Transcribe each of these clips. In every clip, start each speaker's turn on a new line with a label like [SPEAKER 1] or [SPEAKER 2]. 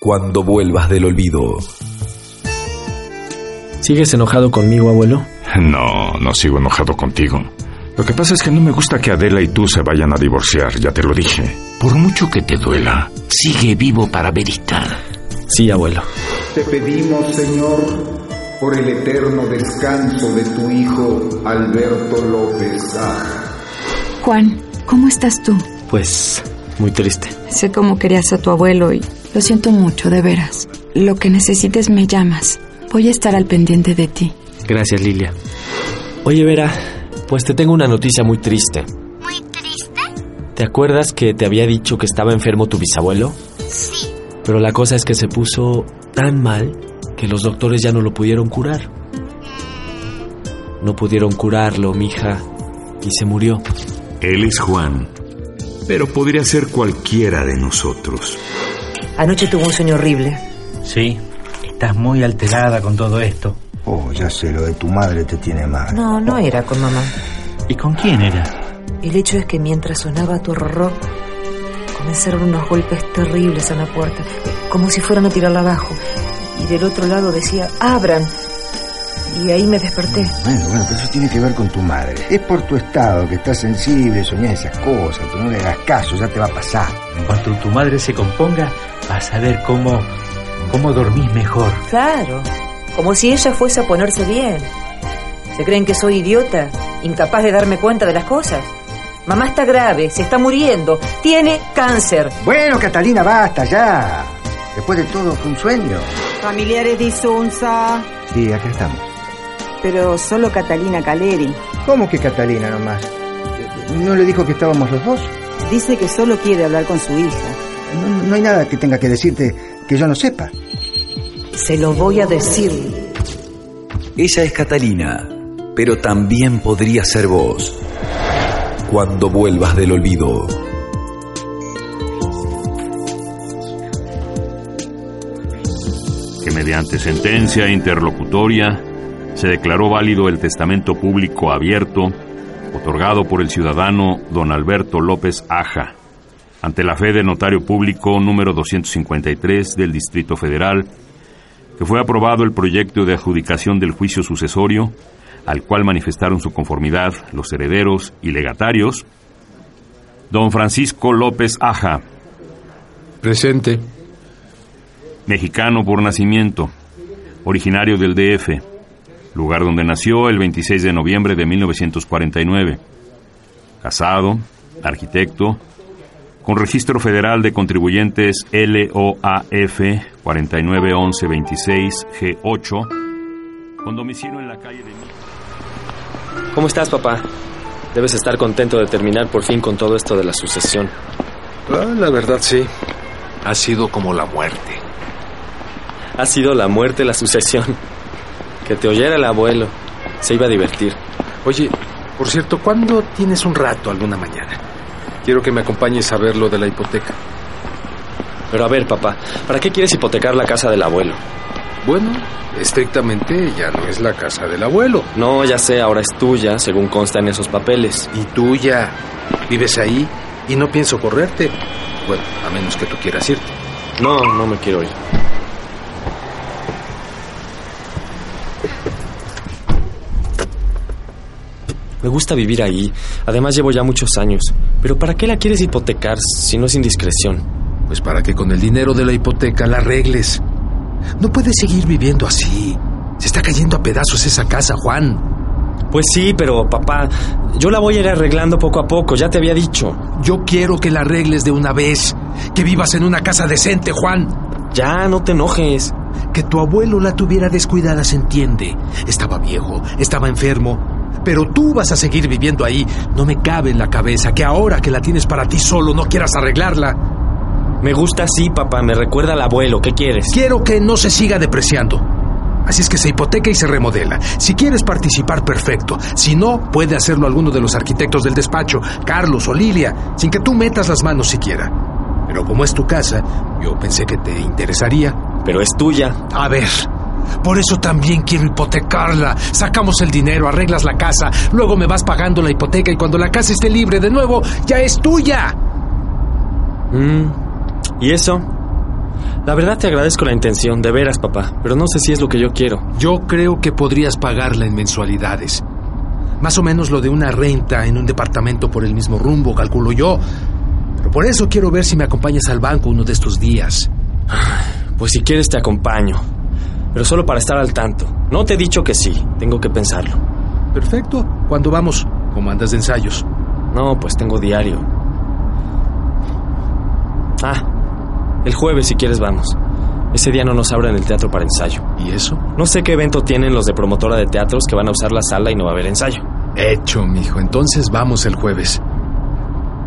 [SPEAKER 1] cuando vuelvas del olvido.
[SPEAKER 2] ¿Sigues enojado conmigo, abuelo?
[SPEAKER 3] No, no sigo enojado contigo. Lo que pasa es que no me gusta que Adela y tú se vayan a divorciar, ya te lo dije.
[SPEAKER 4] Por mucho que te duela, sigue vivo para Verita.
[SPEAKER 2] Sí, abuelo.
[SPEAKER 5] Te pedimos, Señor, por el eterno descanso de tu hijo Alberto López
[SPEAKER 6] Ah,
[SPEAKER 5] Saja.
[SPEAKER 7] Juan, ¿cómo estás tú?
[SPEAKER 2] Pues muy triste.
[SPEAKER 7] Sé cómo querías a tu abuelo y lo siento mucho, de veras. Lo que necesites me llamas. Voy a estar al pendiente de ti.
[SPEAKER 2] Gracias, Lilia. Oye, Vera, pues te tengo una noticia muy triste.
[SPEAKER 8] ¿Muy triste?
[SPEAKER 2] ¿Te acuerdas que te había dicho que estaba enfermo tu bisabuelo?
[SPEAKER 8] Sí.
[SPEAKER 2] Pero la cosa es que se puso tan mal que los doctores ya no lo pudieron curar. No pudieron curarlo, mija, y se murió.
[SPEAKER 9] Él es Juan, pero podría ser cualquiera de nosotros.
[SPEAKER 10] Anoche tuvo un sueño horrible.
[SPEAKER 11] Sí, estás muy alterada con todo esto.
[SPEAKER 12] Oh, ya sé, lo de tu madre te tiene mal.
[SPEAKER 10] No, no era con mamá.
[SPEAKER 11] ¿Y con quién era?
[SPEAKER 10] El hecho es que mientras sonaba tu horror, comenzaron unos golpes terribles a la puerta, como si fueran a tirarla abajo. Y del otro lado decía, abran. Y ahí me desperté.
[SPEAKER 12] Bueno, bueno, pero eso tiene que ver con tu madre. Es por tu estado, que estás sensible, soñás esas cosas, tú no le hagas caso, ya te va a pasar.
[SPEAKER 11] En cuanto tu madre se componga, vas a ver cómo, cómo dormís mejor.
[SPEAKER 10] Claro, como si ella fuese a ponerse bien. Se creen que soy idiota, incapaz de darme cuenta de las cosas. Mamá está grave, se está muriendo, tiene cáncer.
[SPEAKER 12] Bueno, Catalina, basta ya. Después de todo, fue un sueño.
[SPEAKER 13] Familiares de Isunza.
[SPEAKER 12] Sí, acá estamos.
[SPEAKER 13] Pero solo Catalina Caleri.
[SPEAKER 12] ¿Cómo que Catalina nomás? ¿No le dijo que estábamos los dos?
[SPEAKER 13] Dice que solo quiere hablar con su hija.
[SPEAKER 12] No, no hay nada que tenga que decirte que yo no sepa.
[SPEAKER 10] Se lo voy a decir.
[SPEAKER 1] Ella es Catalina, pero también podría ser vos. Cuando vuelvas del olvido.
[SPEAKER 14] que mediante sentencia interlocutoria se declaró válido el testamento público abierto otorgado por el ciudadano don Alberto López Aja ante la fe de notario público número 253 del Distrito Federal, que fue aprobado el proyecto de adjudicación del juicio sucesorio, al cual manifestaron su conformidad los herederos y legatarios, don Francisco López Aja.
[SPEAKER 6] Presente
[SPEAKER 14] mexicano por nacimiento, originario del DF, lugar donde nació el 26 de noviembre de 1949. Casado, arquitecto, con registro federal de contribuyentes LOAF 491126G8, con domicilio en la calle de...
[SPEAKER 2] ¿Cómo estás, papá? Debes estar contento de terminar por fin con todo esto de la sucesión.
[SPEAKER 6] Ah, la verdad, sí.
[SPEAKER 4] Ha sido como la muerte
[SPEAKER 2] ha sido la muerte la sucesión. Que te oyera el abuelo. Se iba a divertir.
[SPEAKER 6] Oye, por cierto, ¿cuándo tienes un rato alguna mañana? Quiero que me acompañes a ver lo de la hipoteca.
[SPEAKER 2] Pero a ver, papá, ¿para qué quieres hipotecar la casa del abuelo?
[SPEAKER 6] Bueno, estrictamente ya no es la casa del abuelo.
[SPEAKER 2] No, ya sé, ahora es tuya, según consta en esos papeles.
[SPEAKER 6] Y tuya. Vives ahí y no pienso correrte. Bueno, a menos que tú quieras irte.
[SPEAKER 2] No, no me quiero ir. Me gusta vivir ahí. Además llevo ya muchos años. Pero ¿para qué la quieres hipotecar si no es indiscreción?
[SPEAKER 6] Pues para que con el dinero de la hipoteca la arregles. No puedes seguir viviendo así. Se está cayendo a pedazos esa casa, Juan.
[SPEAKER 2] Pues sí, pero papá, yo la voy a ir arreglando poco a poco, ya te había dicho.
[SPEAKER 6] Yo quiero que la arregles de una vez. Que vivas en una casa decente, Juan.
[SPEAKER 2] Ya, no te enojes.
[SPEAKER 6] Que tu abuelo la tuviera descuidada se entiende. Estaba viejo, estaba enfermo, pero tú vas a seguir viviendo ahí. No me cabe en la cabeza que ahora que la tienes para ti solo no quieras arreglarla.
[SPEAKER 2] Me gusta así, papá. Me recuerda al abuelo. ¿Qué quieres?
[SPEAKER 6] Quiero que no se siga depreciando. Así es que se hipoteca y se remodela. Si quieres participar, perfecto. Si no, puede hacerlo alguno de los arquitectos del despacho, Carlos o Lilia, sin que tú metas las manos siquiera. Pero como es tu casa, yo pensé que te interesaría.
[SPEAKER 2] Pero es tuya.
[SPEAKER 6] A ver, por eso también quiero hipotecarla. Sacamos el dinero, arreglas la casa, luego me vas pagando la hipoteca y cuando la casa esté libre de nuevo, ya es tuya.
[SPEAKER 2] Mm. ¿Y eso? La verdad te agradezco la intención, de veras, papá, pero no sé si es lo que yo quiero.
[SPEAKER 6] Yo creo que podrías pagarla en mensualidades. Más o menos lo de una renta en un departamento por el mismo rumbo, calculo yo. Pero por eso quiero ver si me acompañas al banco uno de estos días.
[SPEAKER 2] Pues si quieres te acompaño, pero solo para estar al tanto. No te he dicho que sí, tengo que pensarlo.
[SPEAKER 6] Perfecto. ¿Cuándo vamos? ¿Cómo andas de ensayos?
[SPEAKER 2] No, pues tengo diario. Ah, el jueves si quieres vamos. Ese día no nos abren el teatro para ensayo.
[SPEAKER 6] ¿Y eso?
[SPEAKER 2] No sé qué evento tienen los de promotora de teatros que van a usar la sala y no va a haber ensayo.
[SPEAKER 6] Hecho, mijo. Entonces vamos el jueves.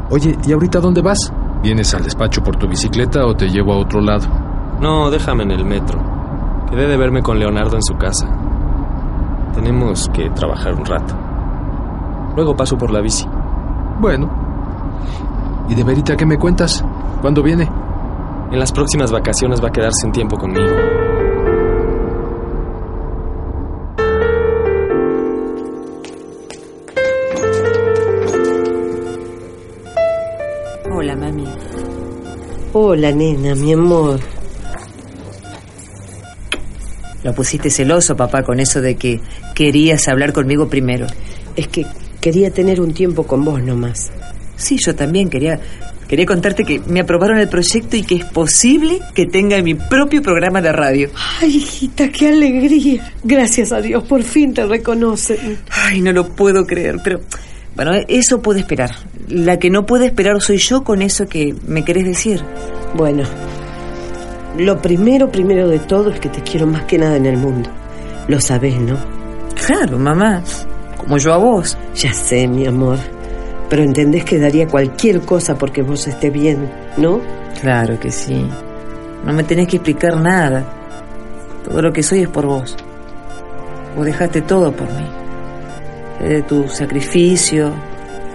[SPEAKER 6] Oye, ¿y ahorita dónde vas? ¿Vienes al despacho por tu bicicleta o te llevo a otro lado?
[SPEAKER 2] No, déjame en el metro. Quedé de verme con Leonardo en su casa. Tenemos que trabajar un rato. Luego paso por la bici.
[SPEAKER 6] Bueno. ¿Y de Verita qué me cuentas? ¿Cuándo viene?
[SPEAKER 2] En las próximas vacaciones va a quedarse un tiempo conmigo.
[SPEAKER 13] Hola, mami.
[SPEAKER 10] Hola, nena, mi amor.
[SPEAKER 13] Lo pusiste celoso, papá, con eso de que querías hablar conmigo primero.
[SPEAKER 10] Es que quería tener un tiempo con vos nomás.
[SPEAKER 13] Sí, yo también quería Quería contarte que me aprobaron el proyecto y que es posible que tenga mi propio programa de radio.
[SPEAKER 10] Ay, hijita, qué alegría. Gracias a Dios, por fin te reconocen.
[SPEAKER 13] Ay, no lo puedo creer, pero bueno, eso puede esperar. La que no puede esperar soy yo con eso que me querés decir.
[SPEAKER 10] Bueno, lo primero, primero de todo es que te quiero más que nada en el mundo. Lo sabés, ¿no?
[SPEAKER 13] Claro, mamá. Como yo a vos.
[SPEAKER 10] Ya sé, mi amor. Pero entendés que daría cualquier cosa porque vos esté bien, ¿no?
[SPEAKER 13] Claro que sí. No me tenés que explicar nada. Todo lo que soy es por vos. Vos dejaste todo por mí. Sé de tu sacrificio.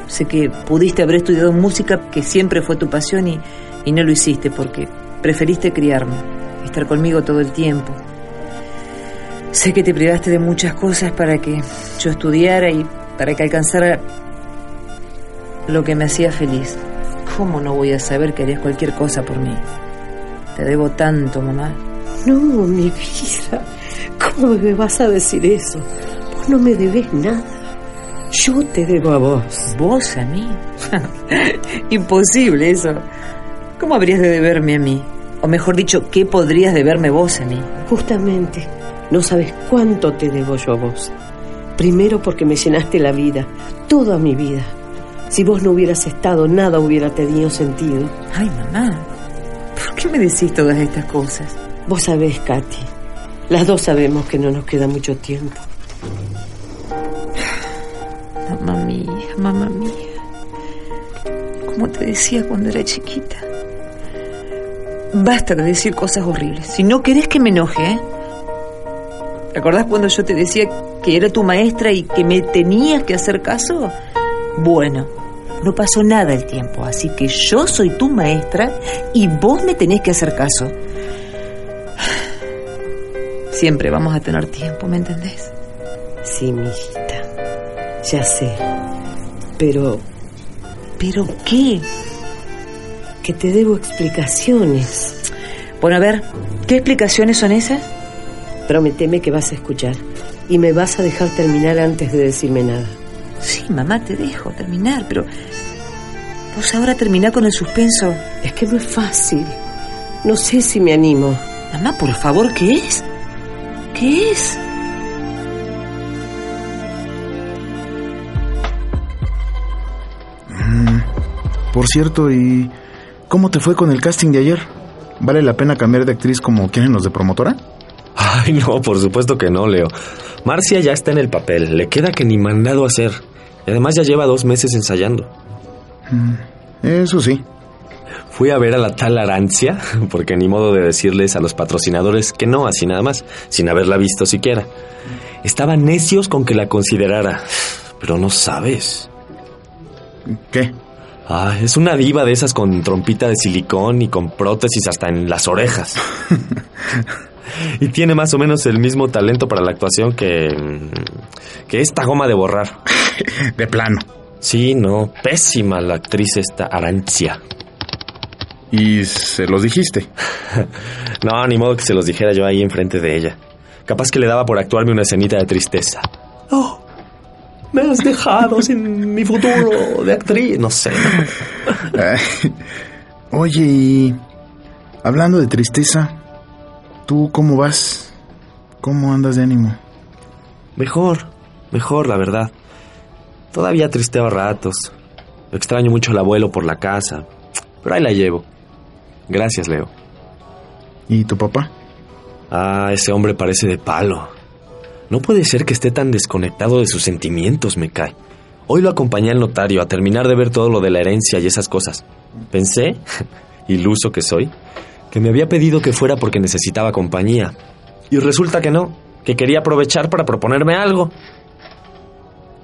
[SPEAKER 13] Sé que pudiste haber estudiado música, que siempre fue tu pasión, y, y no lo hiciste porque preferiste criarme, estar conmigo todo el tiempo. Sé que te privaste de muchas cosas para que yo estudiara y para que alcanzara lo que me hacía feliz. ¿Cómo no voy a saber que harías cualquier cosa por mí? Te debo tanto, mamá.
[SPEAKER 10] No, mi vida. ¿Cómo me vas a decir eso? Vos no me debes nada. Yo te debo a vos.
[SPEAKER 13] ¿Vos a mí? Imposible eso. ¿Cómo habrías de deberme a mí? O mejor dicho, ¿qué podrías deberme vos a mí?
[SPEAKER 10] Justamente, no sabes cuánto te debo yo a vos. Primero porque me llenaste la vida, toda mi vida. Si vos no hubieras estado, nada hubiera tenido sentido.
[SPEAKER 13] Ay, mamá, ¿por qué me decís todas estas cosas?
[SPEAKER 10] Vos sabés, Katy, las dos sabemos que no nos queda mucho tiempo.
[SPEAKER 13] Mamá mía, mamá mía, como te decía cuando era chiquita, basta de decir cosas horribles. Si no querés que me enoje, ¿eh? ¿Te acordás cuando yo te decía que era tu maestra y que me tenías que hacer caso? Bueno, no pasó nada el tiempo, así que yo soy tu maestra y vos me tenés que hacer caso. Siempre vamos a tener tiempo, ¿me entendés?
[SPEAKER 10] Sí, mi hijita. Ya sé. Pero.
[SPEAKER 13] ¿Pero qué?
[SPEAKER 10] Que te debo explicaciones.
[SPEAKER 13] Bueno, a ver, ¿qué explicaciones son esas?
[SPEAKER 10] Prometeme que vas a escuchar y me vas a dejar terminar antes de decirme nada.
[SPEAKER 13] Sí, mamá, te dejo terminar, pero vos ahora terminá con el suspenso.
[SPEAKER 10] Es que no es fácil. No sé si me animo.
[SPEAKER 13] Mamá, por favor, ¿qué es? ¿Qué es?
[SPEAKER 15] Mm, por cierto, ¿y cómo te fue con el casting de ayer? ¿Vale la pena cambiar de actriz como quieren los de promotora?
[SPEAKER 2] Ay, no, por supuesto que no, Leo. Marcia ya está en el papel, le queda que ni mandado hacer. Además ya lleva dos meses ensayando.
[SPEAKER 15] Mm, Eso sí.
[SPEAKER 2] Fui a ver a la tal Arancia, porque ni modo de decirles a los patrocinadores que no, así nada más, sin haberla visto siquiera. Estaban necios con que la considerara, pero no sabes.
[SPEAKER 15] ¿Qué?
[SPEAKER 2] Ah, es una diva de esas con trompita de silicón y con prótesis hasta en las orejas. y tiene más o menos el mismo talento para la actuación que que esta goma de borrar.
[SPEAKER 15] De plano.
[SPEAKER 2] Sí, no, pésima la actriz esta Arancia.
[SPEAKER 15] Y se los dijiste.
[SPEAKER 2] No, ni modo que se los dijera yo ahí enfrente de ella. Capaz que le daba por actuarme una escenita de tristeza. Oh, me has dejado sin mi futuro de actriz. No sé.
[SPEAKER 15] Ay, Oye, y hablando de tristeza, ¿tú cómo vas? ¿Cómo andas de ánimo?
[SPEAKER 2] Mejor, mejor, la verdad. Todavía tristeo a ratos. Extraño mucho al abuelo por la casa. Pero ahí la llevo. Gracias, Leo.
[SPEAKER 15] ¿Y tu papá?
[SPEAKER 2] Ah, ese hombre parece de palo. No puede ser que esté tan desconectado de sus sentimientos, me cae. Hoy lo acompañé al notario a terminar de ver todo lo de la herencia y esas cosas. Pensé, iluso que soy, que me había pedido que fuera porque necesitaba compañía. Y resulta que no, que quería aprovechar para proponerme algo.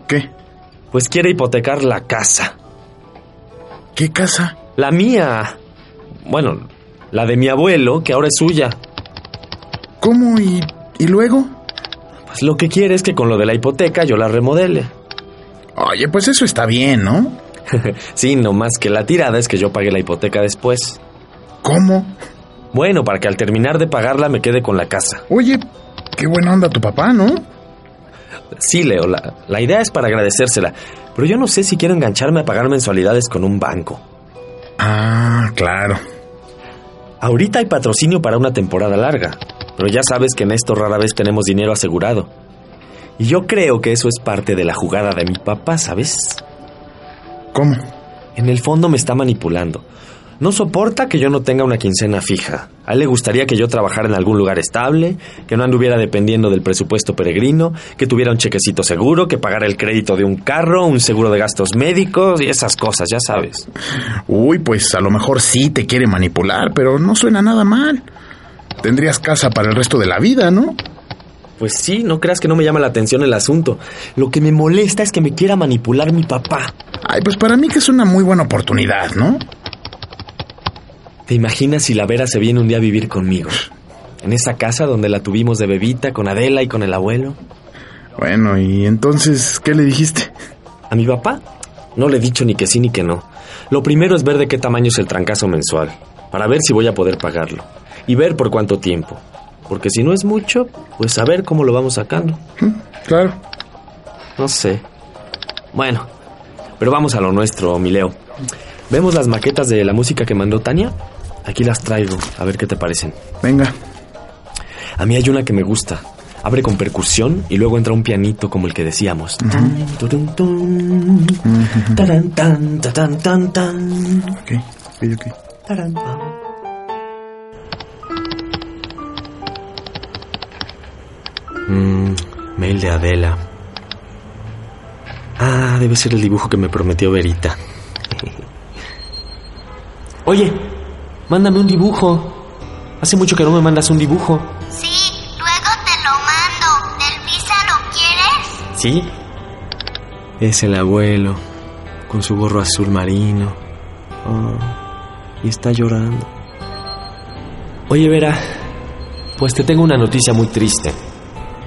[SPEAKER 15] ¿Qué?
[SPEAKER 2] Pues quiere hipotecar la casa.
[SPEAKER 15] ¿Qué casa?
[SPEAKER 2] La mía. Bueno, la de mi abuelo, que ahora es suya.
[SPEAKER 15] ¿Cómo y, y luego?
[SPEAKER 2] Pues lo que quiere es que con lo de la hipoteca yo la remodele.
[SPEAKER 15] Oye, pues eso está bien, ¿no?
[SPEAKER 2] sí, no más que la tirada es que yo pague la hipoteca después.
[SPEAKER 15] ¿Cómo?
[SPEAKER 2] Bueno, para que al terminar de pagarla me quede con la casa.
[SPEAKER 15] Oye, qué buena onda tu papá, ¿no?
[SPEAKER 2] Sí, Leo, la, la idea es para agradecérsela, pero yo no sé si quiero engancharme a pagar mensualidades con un banco.
[SPEAKER 15] Ah, claro.
[SPEAKER 2] Ahorita hay patrocinio para una temporada larga, pero ya sabes que en esto rara vez tenemos dinero asegurado. Y yo creo que eso es parte de la jugada de mi papá, ¿sabes?
[SPEAKER 15] ¿Cómo?
[SPEAKER 2] En el fondo me está manipulando. No soporta que yo no tenga una quincena fija. A él le gustaría que yo trabajara en algún lugar estable, que no anduviera dependiendo del presupuesto peregrino, que tuviera un chequecito seguro, que pagara el crédito de un carro, un seguro de gastos médicos y esas cosas, ya sabes.
[SPEAKER 15] Uy, pues a lo mejor sí te quiere manipular, pero no suena nada mal. Tendrías casa para el resto de la vida, ¿no?
[SPEAKER 2] Pues sí, no creas que no me llama la atención el asunto. Lo que me molesta es que me quiera manipular mi papá.
[SPEAKER 15] Ay, pues para mí que es una muy buena oportunidad, ¿no?
[SPEAKER 2] ¿Te imaginas si la Vera se viene un día a vivir conmigo? En esa casa donde la tuvimos de bebita con Adela y con el abuelo.
[SPEAKER 15] Bueno, ¿y entonces qué le dijiste?
[SPEAKER 2] ¿A mi papá? No le he dicho ni que sí ni que no. Lo primero es ver de qué tamaño es el trancazo mensual, para ver si voy a poder pagarlo. Y ver por cuánto tiempo. Porque si no es mucho, pues saber cómo lo vamos sacando.
[SPEAKER 15] Claro.
[SPEAKER 2] No sé. Bueno, pero vamos a lo nuestro, Mileo. ¿Vemos las maquetas de la música que mandó Tania? Aquí las traigo, a ver qué te parecen.
[SPEAKER 15] Venga.
[SPEAKER 2] A mí hay una que me gusta. Abre con percusión y luego entra un pianito como el que decíamos. Turun, tun. Taran, tan, tatan, tan, tan.
[SPEAKER 15] Ok, ok, ok.
[SPEAKER 2] Taran, tan. Mm, mail de Adela. Ah, debe ser el dibujo que me prometió Verita. Oye, mándame un dibujo. Hace mucho que no me mandas un dibujo.
[SPEAKER 16] Sí, luego te lo mando. ¿Del Pisa lo quieres?
[SPEAKER 2] ¿Sí? Es el abuelo, con su gorro azul marino. Oh, y está llorando. Oye, Vera, pues te tengo una noticia muy triste.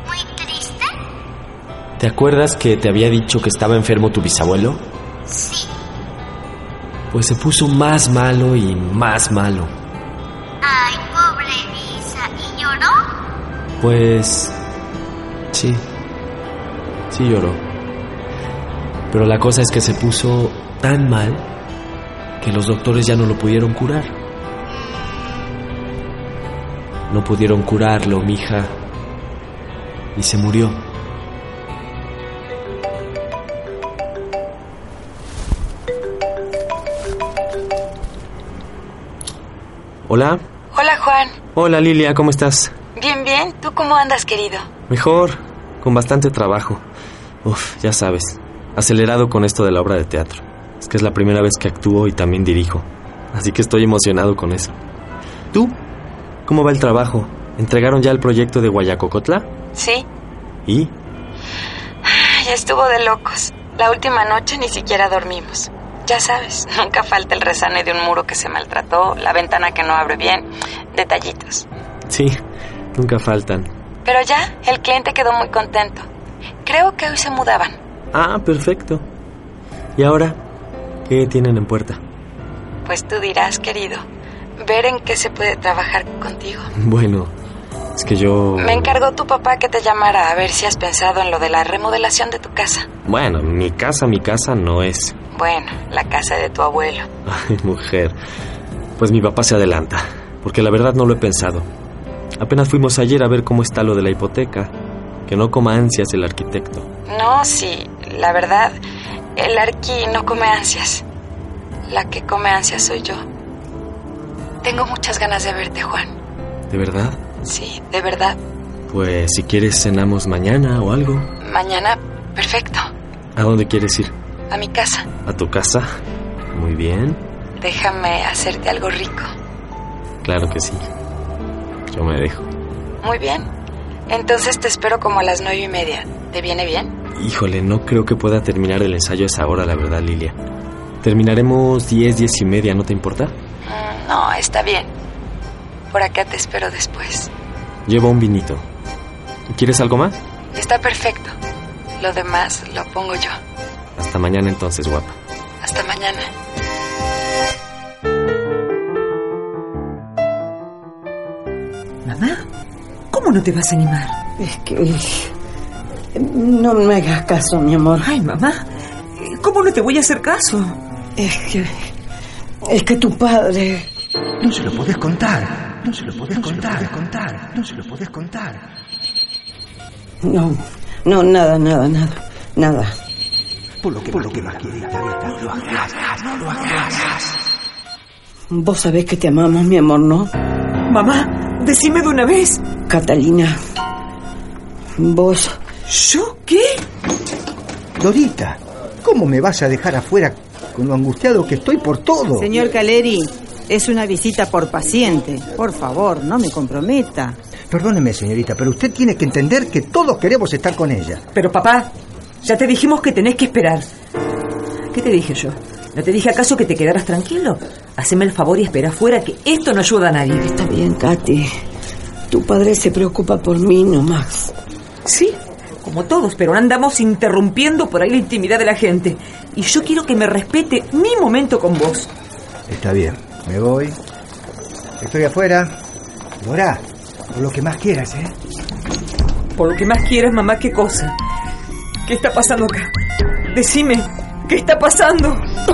[SPEAKER 16] ¿Muy triste?
[SPEAKER 2] ¿Te acuerdas que te había dicho que estaba enfermo tu bisabuelo?
[SPEAKER 16] Sí.
[SPEAKER 2] Pues se puso más malo y más malo.
[SPEAKER 16] Ay, pobre Lisa. ¿Y lloró?
[SPEAKER 2] Pues... Sí. Sí lloró. Pero la cosa es que se puso tan mal que los doctores ya no lo pudieron curar. No pudieron curarlo, mija. Y se murió. Hola.
[SPEAKER 7] Hola, Juan.
[SPEAKER 2] Hola, Lilia, ¿cómo estás?
[SPEAKER 7] Bien, bien. ¿Tú cómo andas, querido?
[SPEAKER 2] Mejor, con bastante trabajo. Uf, ya sabes, acelerado con esto de la obra de teatro. Es que es la primera vez que actúo y también dirijo. Así que estoy emocionado con eso. ¿Tú? ¿Cómo va el trabajo? ¿Entregaron ya el proyecto de Guayacocotla?
[SPEAKER 7] Sí.
[SPEAKER 2] ¿Y?
[SPEAKER 7] Ya estuvo de locos. La última noche ni siquiera dormimos. Ya sabes, nunca falta el resane de un muro que se maltrató, la ventana que no abre bien, detallitos.
[SPEAKER 2] Sí, nunca faltan.
[SPEAKER 7] Pero ya, el cliente quedó muy contento. Creo que hoy se mudaban.
[SPEAKER 2] Ah, perfecto. ¿Y ahora qué tienen en puerta?
[SPEAKER 7] Pues tú dirás, querido. ver en qué se puede trabajar contigo.
[SPEAKER 2] Bueno, es que yo...
[SPEAKER 7] Me encargó tu papá que te llamara a ver si has pensado en lo de la remodelación de tu casa.
[SPEAKER 2] Bueno, mi casa, mi casa no es.
[SPEAKER 7] Bueno, la casa de tu abuelo.
[SPEAKER 2] Ay, mujer. Pues mi papá se adelanta, porque la verdad no lo he pensado. Apenas fuimos ayer a ver cómo está lo de la hipoteca. Que no coma ansias el arquitecto.
[SPEAKER 7] No, sí, la verdad, el arqui no come ansias. La que come ansias soy yo. Tengo muchas ganas de verte, Juan.
[SPEAKER 2] ¿De verdad?
[SPEAKER 7] Sí, de verdad.
[SPEAKER 2] Pues si quieres cenamos mañana o algo.
[SPEAKER 7] Mañana, perfecto.
[SPEAKER 2] ¿A dónde quieres ir?
[SPEAKER 7] A mi casa.
[SPEAKER 2] ¿A tu casa? Muy bien.
[SPEAKER 7] Déjame hacerte algo rico.
[SPEAKER 2] Claro que sí. Yo me dejo.
[SPEAKER 7] Muy bien. Entonces te espero como a las nueve y media. ¿Te viene bien?
[SPEAKER 2] Híjole, no creo que pueda terminar el ensayo a esa hora, la verdad, Lilia. Terminaremos diez, diez y media, ¿no te importa?
[SPEAKER 7] Mm, no, está bien. Por acá te espero después.
[SPEAKER 2] Llevo un vinito. ¿Quieres algo más?
[SPEAKER 7] Está perfecto. Lo demás lo pongo yo.
[SPEAKER 2] Hasta mañana entonces, guapa.
[SPEAKER 7] Hasta mañana.
[SPEAKER 13] Mamá, ¿cómo no te vas a animar?
[SPEAKER 10] Es que... No me hagas caso, mi amor.
[SPEAKER 13] Ay, mamá, ¿cómo no te voy a hacer caso?
[SPEAKER 10] Es que... Es que tu padre...
[SPEAKER 12] No se lo podés contar. No se lo podés, no contar, se lo podés contar. No se lo podés contar.
[SPEAKER 10] No, no, nada, nada, nada. Nada.
[SPEAKER 12] Por lo que, por lo que más quieres, No lo hagas, no lo hagas.
[SPEAKER 10] Vos sabés que te amamos, mi amor, ¿no?
[SPEAKER 13] Mamá, decime de una vez.
[SPEAKER 10] Catalina. Vos.
[SPEAKER 13] ¿Yo qué?
[SPEAKER 12] Dorita, ¿cómo me vas a dejar afuera con lo angustiado que estoy por todo?
[SPEAKER 17] Señor Caleri, es una visita por paciente. Por favor, no me comprometa.
[SPEAKER 12] Perdóneme, señorita, pero usted tiene que entender que todos queremos estar con ella.
[SPEAKER 13] Pero papá, ya te dijimos que tenés que esperar. ¿Qué te dije yo? ¿No te dije acaso que te quedaras tranquilo? Haceme el favor y espera fuera, que esto no ayuda a nadie.
[SPEAKER 10] Está bien, Katy. Tu padre se preocupa por mí nomás.
[SPEAKER 13] Sí, como todos, pero andamos interrumpiendo por ahí la intimidad de la gente. Y yo quiero que me respete mi momento con vos.
[SPEAKER 12] Está bien, me voy. Estoy afuera. Dora, por lo que más quieras, ¿eh?
[SPEAKER 13] Por lo que más quieras, mamá, ¿qué cosa? ¿Qué está pasando acá? Decime, ¿qué está pasando?
[SPEAKER 10] ¿Mamá?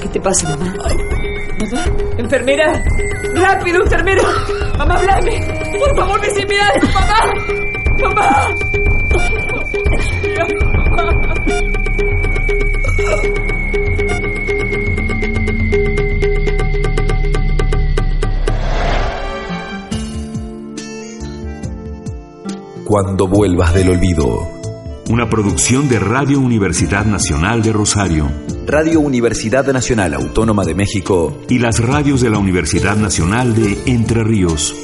[SPEAKER 10] ¿Qué te pasa, mamá?
[SPEAKER 13] ¿Mamá? Enfermera, rápido, enfermera. Mamá, hablame. Por favor, decime algo, mamá. Mamá. mamá.
[SPEAKER 6] cuando vuelvas del olvido.
[SPEAKER 14] Una producción de Radio Universidad Nacional de Rosario.
[SPEAKER 6] Radio Universidad Nacional Autónoma de México.
[SPEAKER 14] Y las radios de la Universidad Nacional de Entre Ríos.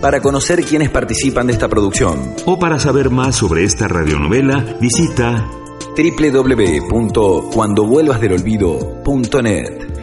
[SPEAKER 6] Para conocer quiénes participan de esta producción.
[SPEAKER 14] O para saber más sobre esta radionovela, visita
[SPEAKER 6] www.cuandovuelvasdelolvido.net.